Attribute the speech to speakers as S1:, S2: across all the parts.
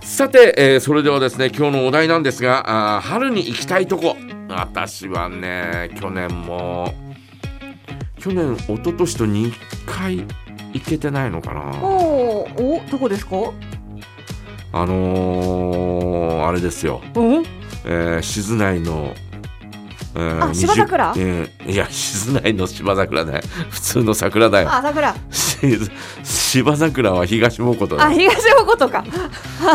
S1: さて、えーそれではですね今日のお題なんですがあー春に行きたいとこ私はね去年も去年一昨年と2回行けてないのかな
S2: おーおどこですか
S1: あのー、あれですよ、
S2: うん
S1: えー、静内の、えー
S2: あ芝桜
S1: 20えーいや静内の芝桜ね普通の桜だよ
S2: あ桜
S1: し芝桜は東もことだ
S2: あ
S1: よ
S2: 東横とか
S1: ね、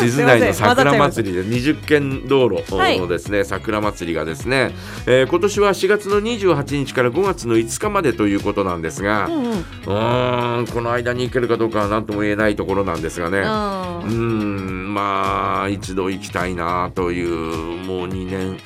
S1: 静内の
S2: すいません
S1: 桜祭りで20軒道路のですね、桜祭りがですね、えー今年は4月の28日から5月の5日までということなんですが、
S2: う
S1: うん
S2: うん
S1: ーんこの間に行けるかどうかは何とも言えないところなんですがね、うー
S2: うん
S1: まあ一度行きたいなというもう2年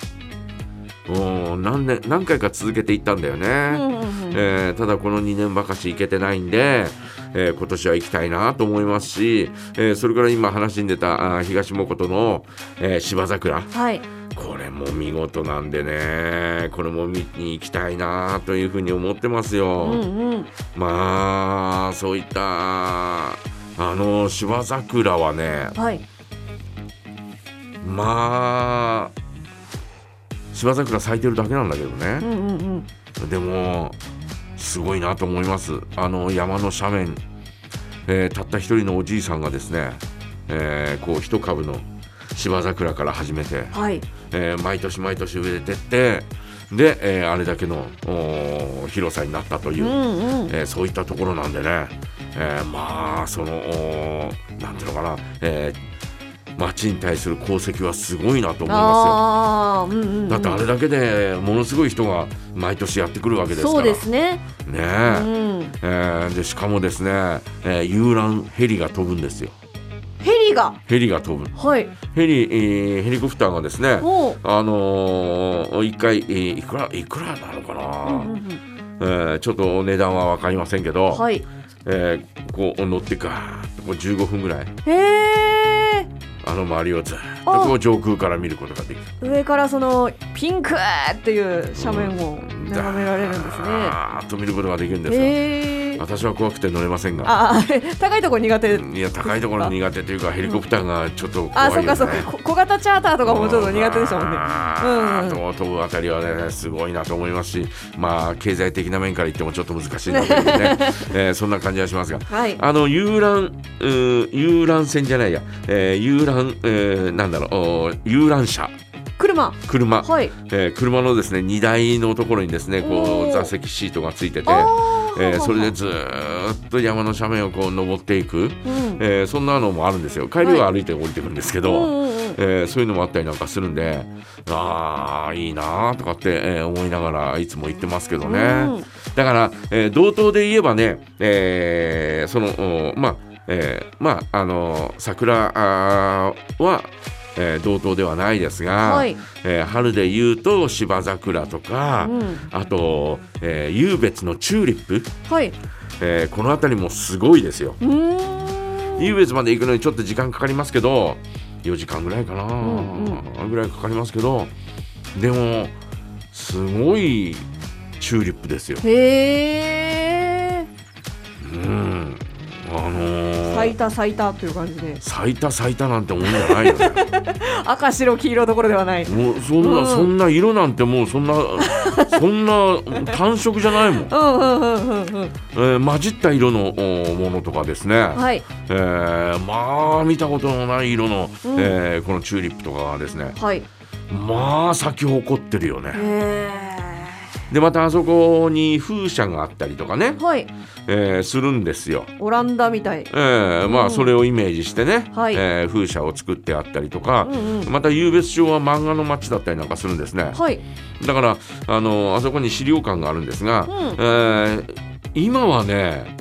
S1: うん何年何回か続けて行ったんだよね。
S2: んうんうん
S1: えーただこの2年ばかし行けてないんで、えー今年は行きたいなと思いますし、えーそれから今話に出たあー東もことの、えー芝桜
S2: はい
S1: これも見事なんでねこれも見に行きたいなというふうに思ってますよ。
S2: うんうん
S1: まあそういったあの芝桜はね
S2: はい
S1: まあ芝桜咲いてるだけなんだけどね。
S2: うんうんうん
S1: でもすごいなと思いますあの山の斜面、えーたった一人のおじいさんがですね、えーこう一株の芝桜から始めて、
S2: はい
S1: えー毎年毎年植えてってで、えーあれだけのおー広さになったというう、
S2: んうん
S1: えーそういったところなんでね、えーまあそのおーなんていうのかな、えー町に対する功績はすごいなと思いますよ。
S2: ああうんうんうん
S1: だってあれだけでものすごい人が毎年やってくるわけですから
S2: そうですね
S1: ね
S2: う
S1: え、
S2: ん
S1: えーでしかもですね、えー遊覧ヘリが飛ぶんですよ
S2: ヘリが
S1: ヘリが飛ぶ
S2: はい
S1: ヘリ、えーヘリコプターがですね
S2: おー
S1: あのー一回、えーいくらいくらなのか
S2: うんう
S1: な、
S2: ん
S1: えーちょっと値段は分かりませんけ
S2: う
S1: ど、
S2: んはい
S1: えーこう乗ってガーッとこう15分ぐらい
S2: へえ
S1: あの周りをずっとこう上空から見ることができる
S2: 上からそのピンクっていう斜面を眺められるんですね。
S1: ガーッと見ることができるんですよ、
S2: えー、
S1: 私は怖くて乗れませんが
S2: ああ高いとこ苦手。
S1: いや高いところ苦手というかヘリコプターがちょっと怖い
S2: あ
S1: よ、ね
S2: そっかそっかこ小型チャーターとかもちょっと苦手でしたもんね。
S1: あー
S2: うん
S1: と飛ぶあたりはねすごいなと思いますしまあ経済的な面から言ってもちょっと難しいなと いうねえーそんな感じはしますが。
S2: はい。
S1: あの遊覧うー遊覧船じゃないや、えー遊覧、えーなんだろうおー遊覧車
S2: 車
S1: 車、
S2: はい。
S1: えー車のですね荷台のところにですねこ
S2: お
S1: う
S2: ー
S1: 座席シートがついてて、
S2: あー
S1: えーそれでずーっと山の斜面をこう登っていく、
S2: うん
S1: えーそんなのもあるんですよ帰りは歩いて降りてくるんですけ
S2: う
S1: ど、
S2: んうんうん
S1: えーそういうのもあったりなんかするんでああいいなーとかって、えー思いながらいつも言ってますけどね、
S2: うん
S1: だから、えー同等で言えばね、えーそのおまあ、えーまああのー桜あーは、えー同等ではないですが、
S2: はい。
S1: えー春で言うと芝桜とか、
S2: うん
S1: あと、えー湧別のチューリップ、
S2: はい。
S1: えーこの辺りもすごいですよ。
S2: うーん。
S1: ユーベスまで行くのにちょっと時間かかりますけど4時間ぐらいかな、
S2: ん
S1: ぐらいかかりますけどでもすごいチューリップ ですよ。
S2: へえ。
S1: うんあのー
S2: 咲いた咲いたという感じで
S1: 咲いた咲いたなんてもんじゃないよね。
S2: 赤白黄色どころではない。
S1: もうそんな、
S2: うん
S1: そんな色なんてもうそ んなそんな単色じゃないもん、え
S2: うんうんうんうんうん。
S1: ー混じった色のおものとかですね、
S2: はい
S1: えーまあ見たことのない色の、
S2: うん
S1: えーこのチューリップとかがですね
S2: はい。へ
S1: まあ咲き誇ってるよね。
S2: え。
S1: でまたあそこに風車があったりとかね、
S2: はい。
S1: えーするんですよ。
S2: オランダみたい。
S1: えーま
S2: う
S1: あ
S2: ん
S1: それをイメージしてね、
S2: はい
S1: えー風車を作ってあったりとか
S2: う、んうん。
S1: また湧別町は漫画の街だったりなんかするんですね。
S2: はい。
S1: だからあのあそこに資料館があるんですが、
S2: うん
S1: えー今はね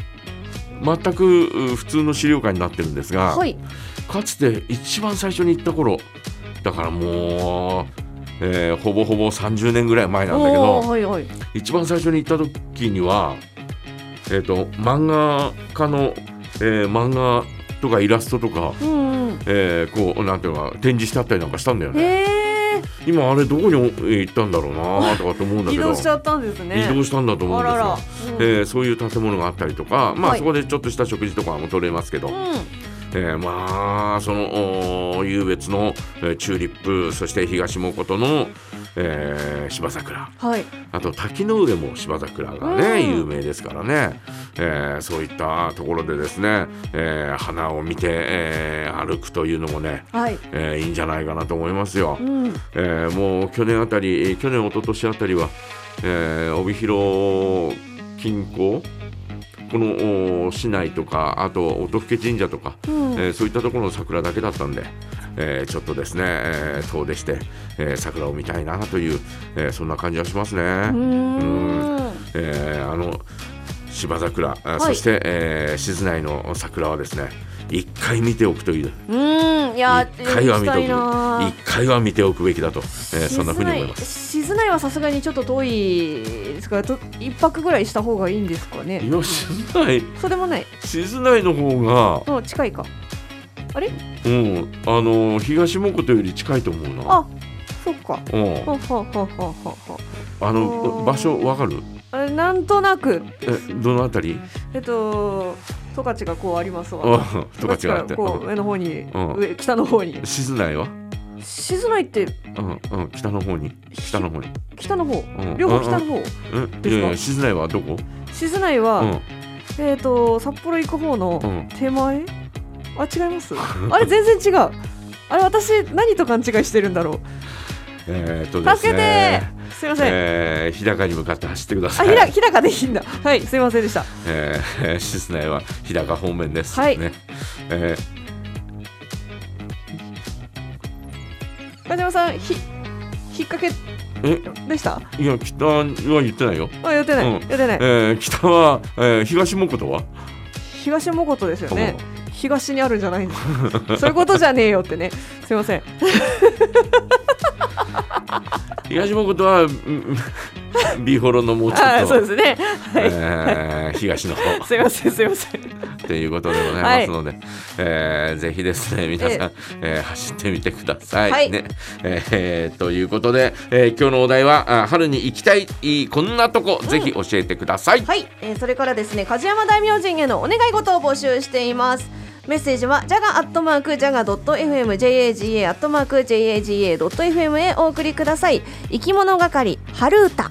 S1: 全くう普通の資料館になってるんですが、
S2: はい。
S1: かつて一番最初に行った頃だからもう、えーほぼほぼ30年ぐらい前なんだけど
S2: おー。はいはい。
S1: 一番最初に行った時には、えっと漫画家の、えー漫画とかイラストとか、
S2: うんうん。
S1: えーこうなんていうのか展示してあったりなんかしたんだよね
S2: へえ。
S1: 今あれどこにおえー行ったんだろうなとかって思うんだ
S2: 移
S1: けど
S2: 動しちゃったんですね。
S1: 移動したんだと思うん
S2: あ
S1: ですよ
S2: らら。
S1: えーそういう建物があったりとか、まあ
S2: はい
S1: そこでちょっとした食事とかも取れますけど、
S2: うん。うん。
S1: えーまあそのお優別の、えーチューリップそして東もことの、えー芝桜
S2: はい。
S1: あと滝の上も芝桜がね、
S2: うん
S1: 有名ですからね、えーそういったところでですね、えー花を見て、えー歩くというのもね、
S2: はい。
S1: えーいいんじゃないかなと思いますよ。
S2: うん。
S1: えーもう去年あたりえー去年一昨年あたりは、えー帯広近郊このお市内とかあと音更神社とか、
S2: うん
S1: えーそういったところの桜だけだったんで、えーちょっとですね、えー遠出して、えー桜を見たいなという、えーそんな感じはしますね。
S2: うー
S1: うん
S2: ん。
S1: えーあの芝桜、あ
S2: い
S1: そして、えー静内の桜はですね一回見ておくという
S2: うん。いや、
S1: 一回は見て
S2: 行きたい
S1: お
S2: な
S1: く一回は見ておくべきだと、えーそんなふうに思います。
S2: 静内静内はさすがにちょっと遠いですから、と一泊ぐらいした方がいいんですかね。
S1: いや静内
S2: そうでもない。
S1: 静内の方が、
S2: そう近いか。あれ？
S1: うん、あの東門ことより近いと思うな。
S2: あ、そっか。
S1: うん、
S2: ほうほうほうほうほうほう。
S1: あ
S2: う
S1: の
S2: ん
S1: 場所わかる？
S2: あれなんとなく
S1: えどのあたり？
S2: えっと十勝がこうありますわ。
S1: あ、とか
S2: 十
S1: 違
S2: 勝
S1: っ
S2: が
S1: て。
S2: こう
S1: う
S2: 上の方に、
S1: うん
S2: 上北の方に
S1: ん。静内は？
S2: 静内って
S1: うん、うん、北の方に、北の方に。
S2: 北の方、
S1: ん
S2: 両方北の方。
S1: うん、
S2: ですか
S1: いやいや静内はどこ？
S2: 静内
S1: う
S2: は、
S1: ん、
S2: えっと札幌行く方の
S1: うん。
S2: 手前？あ違 います？あれ全然違う。あれ私何と勘違いしてるんだろ
S1: えーっと
S2: う。
S1: です
S2: 助けて
S1: ね。
S2: すいません。
S1: えー、日高に向かって走ってくだ
S2: あ
S1: さい。
S2: ひらひらかでいいんだ。はいすいませんでした。
S1: えー、室内は日高方面です、
S2: はい
S1: ねえ
S2: 岡島さんひ引っ掛け
S1: ー
S2: でした？
S1: えいや北は言ってないよ、
S2: あやってない、
S1: うん
S2: やってない
S1: え。ー、北は、えー、東門ことは、
S2: 東もことですよね。東にあるんじゃないんですかそういうことじゃねえよってねすいま せん
S1: 東門ことはうん ビーホロのもうちょ
S2: あ
S1: っ
S2: ーそう
S1: と、
S2: ですねはい、
S1: えー、東の方
S2: すいませんすいません
S1: ということでございますので、えーぜひですね皆さん、えー走ってみてください。
S2: はい
S1: ねえーということで、えー今日のお題はあ春に行きたいいいこんなとこ、ぜひ教えてください。
S2: はい、えーそれからですね梶山大明神へのお願い事を募集していますメッセージはジャガアットマークジャガドット FM JAGA アットマーク JAGA ドット FM へお送りください生き物係ハルータ